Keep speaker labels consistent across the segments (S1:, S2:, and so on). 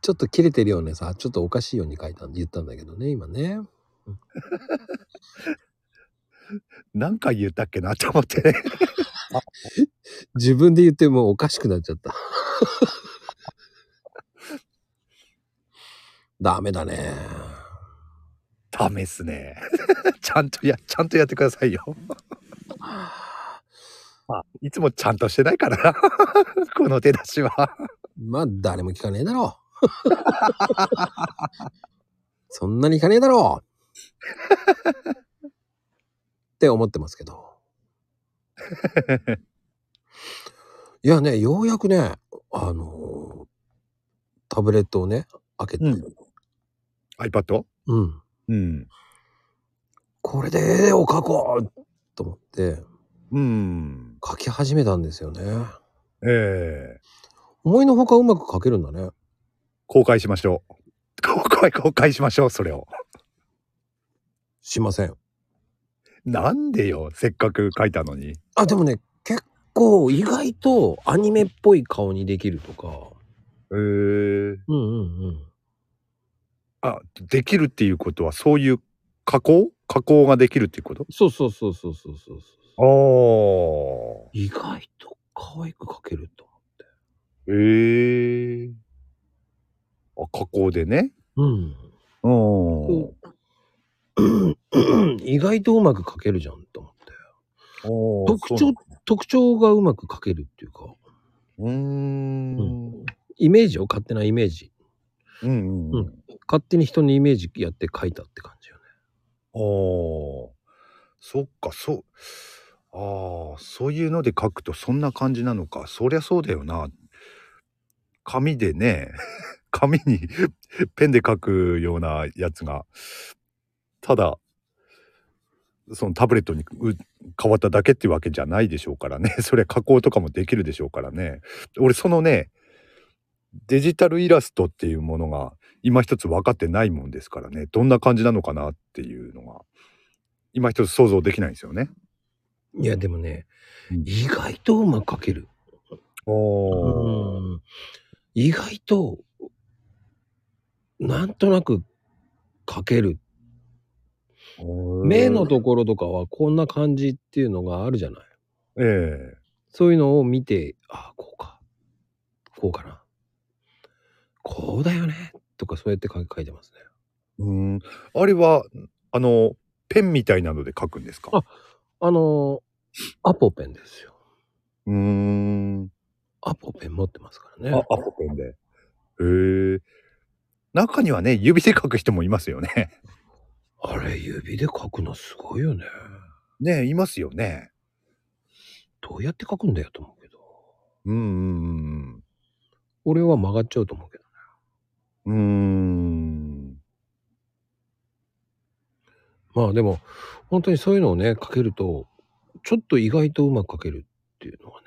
S1: ちょっと切れてるよねさ、ちょっとおかしいように書いたんで言ったんだけどね、今ね。
S2: 何回言ったっけなと思ってね。
S1: 自分で言ってもおかしくなっちゃった。 ダメだね。
S2: ダメっすね。 ちゃんとや、ちゃんとやってくださいよ。まあ、いつもちゃんとしてないから な。この手出しは。
S1: まあ、誰も聞かねえだろ う。そんなに聞かねえだろう。って思ってますけど。いやね、ようやくね、あのタブレットをね、開けて、
S2: うんアイパッド
S1: うん、
S2: うん。
S1: これで絵を描こうと思って
S2: うん。
S1: 描き始めたんですよね。
S2: ええ
S1: 思いのほかうまく描けるんだね。
S2: 公開しましょう。公開、公開しましょう、それを。
S1: しません。
S2: なんでよ、せっかく書いたのに。
S1: あ、でもね、結構意外とアニメっぽい顔にできるとか。
S2: えー、
S1: うんうんうん。
S2: あ、できるっていうことは、そういう加工加工ができるっていうこと
S1: そうそうそうそうそうそうそう。
S2: ああ。
S1: 意外と可愛く描けると。
S2: ええあ、加工でね。
S1: うん。
S2: うん。
S1: こう意外とうまく描けるじゃんと思って。特徴、特徴がうまく描けるっていうか、
S2: うーん。うん
S1: イメージを勝手なイメージ。
S2: うんう。
S1: うん勝手に人のイメージやって描いたって感じよね。
S2: あーそっか、そう。ああ、そういうので書くとそんな感じなのか。そりゃそうだよな。紙でね、 紙に ペンで書くようなやつが、ただ、そのタブレットにう変わっただけっていうわけじゃないでしょうからね。 それ加工とかもできるでしょうからね。俺、そのね、デジタルイラストっていうものが今一つ分かってないもんですからね。どんな感じなのかなっていうのが、今一つ想像できないんですよね。
S1: いや、でもね
S2: うん、
S1: 意外とうまく描ける。
S2: お
S1: うん意外と、なんとなく描ける。目のところとかはこんな感じっていうのがあるじゃない。
S2: ええ
S1: そういうのを見て、ああ、こうか。こうかな。こうだよね。とか、そうやって書い書いてますね。
S2: うんあれはあのペンみたいなので書くんですか
S1: ああのー、アポペンですよ。
S2: うーん
S1: アポペン持ってますからね。
S2: あアポペンでへえ中にはね指で書く人もいますよね
S1: あれ、指で書くのすごいよね。
S2: ねいますよね
S1: どうやって書くんだよと思うけど。
S2: うんうん
S1: 俺は曲がっちゃうと思うけど。
S2: うんうんう
S1: まあでも、本当にそういうのをね、書けると、ちょっと意外とうまく書けるっていうのはね。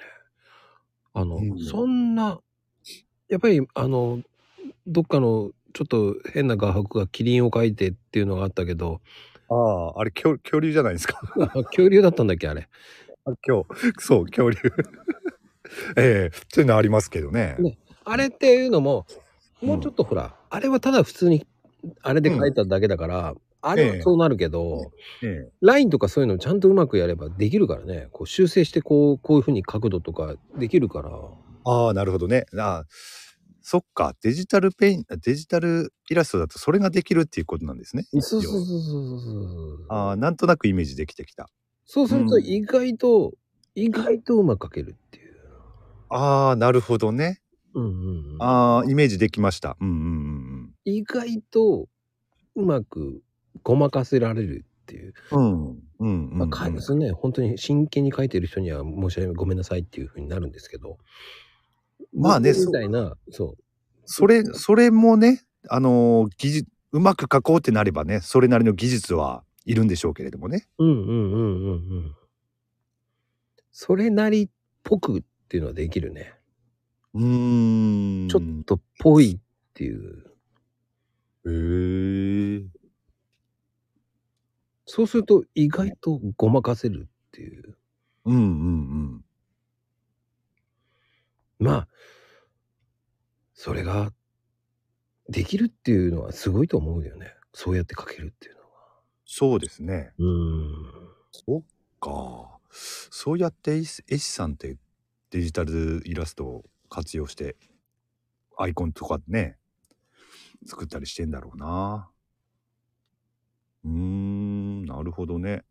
S1: あの、
S2: うん
S1: そんな、やっぱり、あの、どっかのちょっと変な画伯がキリンを描いてっていうのがあったけど、
S2: ーんあああれ恐 恐竜じゃないですか
S1: あ恐竜だったんだっけ、あれ。
S2: あ今日 そう恐竜ええそういうのありますけどね
S1: ねあれっていうのも、もうちょっとほら、あれはただ普通に、あれで書いただけだから、あれはそうなるけど、
S2: ええ
S1: ラインとかそういうのをちゃんとうまくやればできるからね、こう修正してこう、こういうふうに角度とかできるから、
S2: ああ、なるほどね。ああ、そっか。デジタルペイン、デジタルイラストだとそれができるっていうことなんですね。
S1: そうそうそう
S2: 要
S1: そうそうそう。
S2: はああ、なんとなくイメージできてきた。
S1: そうすると
S2: うん
S1: 意外と、意外とうまく書けるっていう。
S2: ああ、なるほどね。
S1: うんうんうん、
S2: ああ、イメージできました。うんうん
S1: 意外とうまくごまかせられるっていう。
S2: うんうん。うん。うんうん、
S1: ま
S2: う
S1: あ、
S2: ん。
S1: かそれね、本当に真剣に書いてる人には申し訳ない、ごめんなさいっていうふうになるんですけど。
S2: まあね
S1: 僕みたいな、そう。
S2: それ、それもね、あのー技術、うまく書こうってなればね、それなりの技術はいるんでしょうけれどもね。
S1: うんうんうんうんうん。それなりっぽくっていうのはできるね。
S2: うーん。
S1: ちょっとっぽいっていう。
S2: と。へえ。
S1: そうすると意外とごまかせるっていう。
S2: うんうんうん。
S1: まあ、それができるっていうのはすごいと思うよねそうやって書けるっていうのは
S2: そうですね。
S1: うん
S2: そっか。そうやってエシエシさんってデジタルイラストを活用してアイコンとかね、作ったりしてんだろうな。うーん、なるほどね。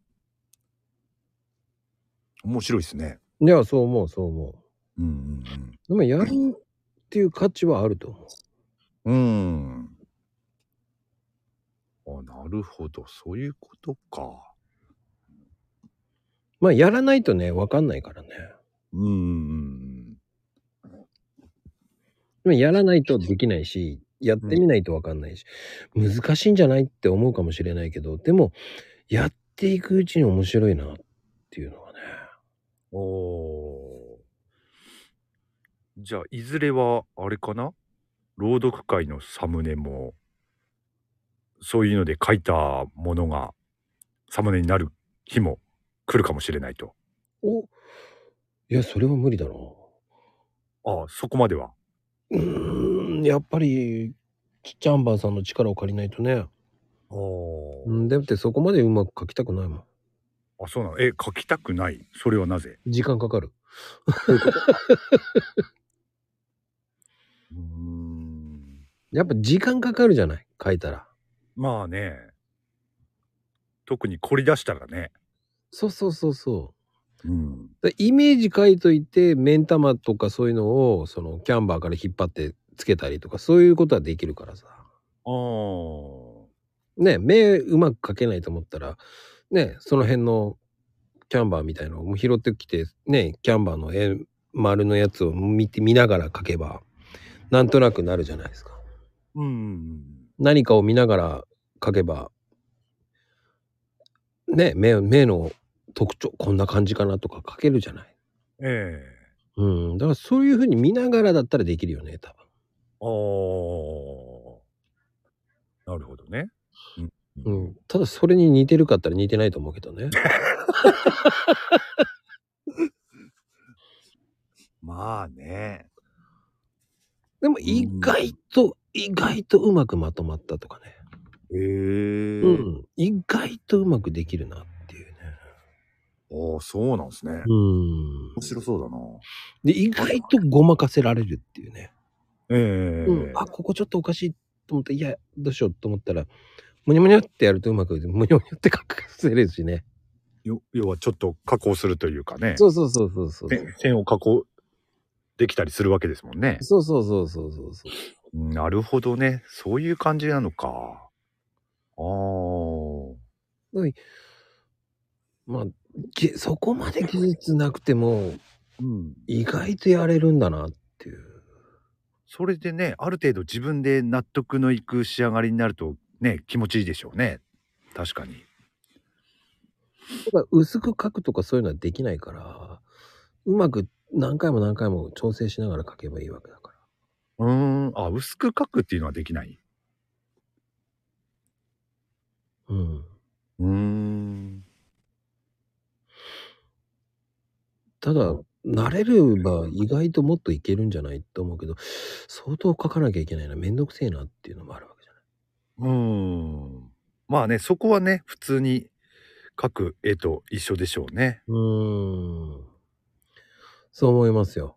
S2: 面白いですね。
S1: いやそう思うそう思
S2: うん
S1: うでもやるっていう価値はあると思う
S2: うんうん。うん。あ、なるほど。そういうことか。
S1: まあやらないとね分かんないからね
S2: うんうんうん
S1: でもやらないとできないしやってみないと分かんないし、難しいんじゃないって思うかもしれないけどでもやっていくうちに面白いなっていうのはね
S2: うん。おー。じゃあ、いずれは、あれかな朗読会のサムネも、そういうので書いたものが、サムネになる日も来るかもしれないと。
S1: おいやそれは無理だろう
S2: ああ、そこまでは。
S1: うーんやっぱりちチャンバーさんの力を借りないとね。
S2: お
S1: うんだってそこまでうまく書きたくないもん。
S2: あ、そうなのえ、書きたくない。それはなぜ
S1: 時間かかる。
S2: うーん。
S1: やっぱ時間かかるじゃない書いたら。
S2: まあね。特に凝り出したらね。
S1: そうそうそうそう。
S2: うん。
S1: だイメージ書いといて目ん玉とかそういうのをそのキャンバーから引っ張ってつけたりとかそういうことはできるからさ。
S2: ああ。
S1: ね目うまく描けないと思ったらねその辺のキャンバーみたいのを拾ってきてねキャンバーの絵丸のやつを見て見ながら描けばなんとなくなるじゃないですか
S2: うん。
S1: 何かを見ながら描けばね目目の特徴こんな感じかなとか描けるじゃない
S2: ええ
S1: うんだからそういうふうに見ながらだったらできるよね多分
S2: ああ。なるほどね。
S1: うん、ただそれに似てるかったら似てないと思うけどね
S2: まあね。
S1: でも意外と意外とうまくまとまったとかね
S2: へえ
S1: うん、意外とうまくできるなっていうね。
S2: ああ、そうなんですね。面
S1: うん。
S2: 白そうだな。
S1: で、意外とごまかせられるっていうね。
S2: ええ
S1: うん、あ、ここちょっとおかしいと思ったいや、どうしようと思ったら、むにゃむにゃってやるとうまく、むにゃむにゃって書かせれるしね。
S2: よ要はちょっと加工するというかね。
S1: そうそうそうそうそう。
S2: せ線を加工できたりするわけですもんね。
S1: そうそうそうそうそうそう。
S2: うんなるほどね。そういう感じなのか。ああ。
S1: まあ、げそこまで技術なくても、
S2: うん。
S1: 意外とやれるんだなっていう。
S2: それでね、ある程度自分で納得のいく仕上がりになるとね、気持ちいいでしょうね。確かに。
S1: だから薄く書くとかそういうのはできないから、うまく何回も何回も調整しながら書けばいいわけだから。
S2: うーん。あ、薄く書くっていうのはできない。
S1: うん。
S2: うーん。
S1: ただ慣れれば意外ともっといけるんじゃないと思うけど相当書かなきゃいけないなめんどくせえなっていうのもあるわけじゃないう
S2: ーん。まあね、そこはね、普通に書く絵と一緒でしょうね。
S1: うーんそう思いますよ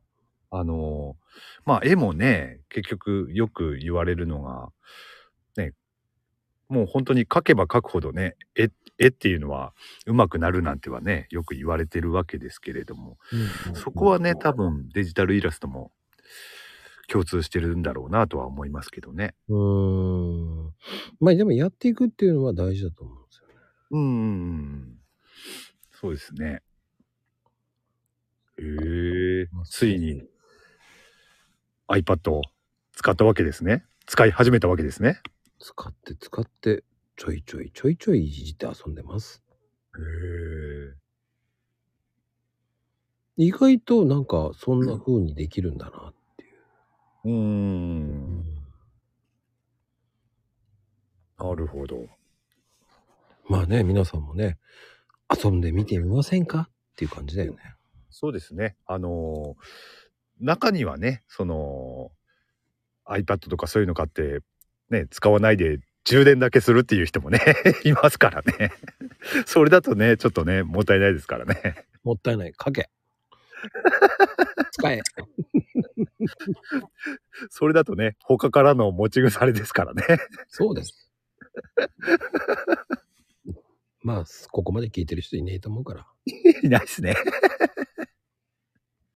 S2: あのーまあ絵もね、結局よく言われるのが、ね、もう本当に書けば書くほどね、絵絵っていうのは上手くなるなんてはね、よく言われてるわけですけれども、そこはね、多分デジタルイラストも共通してるんだろうなとは思いますけどね。
S1: うーんまあでもやっていくっていうのは大事だと思うんですよね
S2: うんうんうん。そうですね。へえついに iPad を使ったわけですね。使い始めたわけですね。
S1: 使って使ってちょいちょいちょいちょいいじって遊んでます
S2: へえ。
S1: 意外となんかそんな風にできるんだなっていう
S2: うー。
S1: うんん
S2: なるほど。
S1: まあね皆さんもね遊んでみてみませんかっていう感じだよね
S2: そうですね。あのー中にはね、その、 iPad とかそういうの買って、ね、使わないで充電だけするっていう人もね、 いますからね。それだとね、ちょっとね、もったいないですからね。
S1: もったいない。書け。使え。
S2: それだとね、他からの持ち腐れですからね。
S1: そうです。まあ、ここまで聞いてる人いねえと思うから。
S2: いないですね。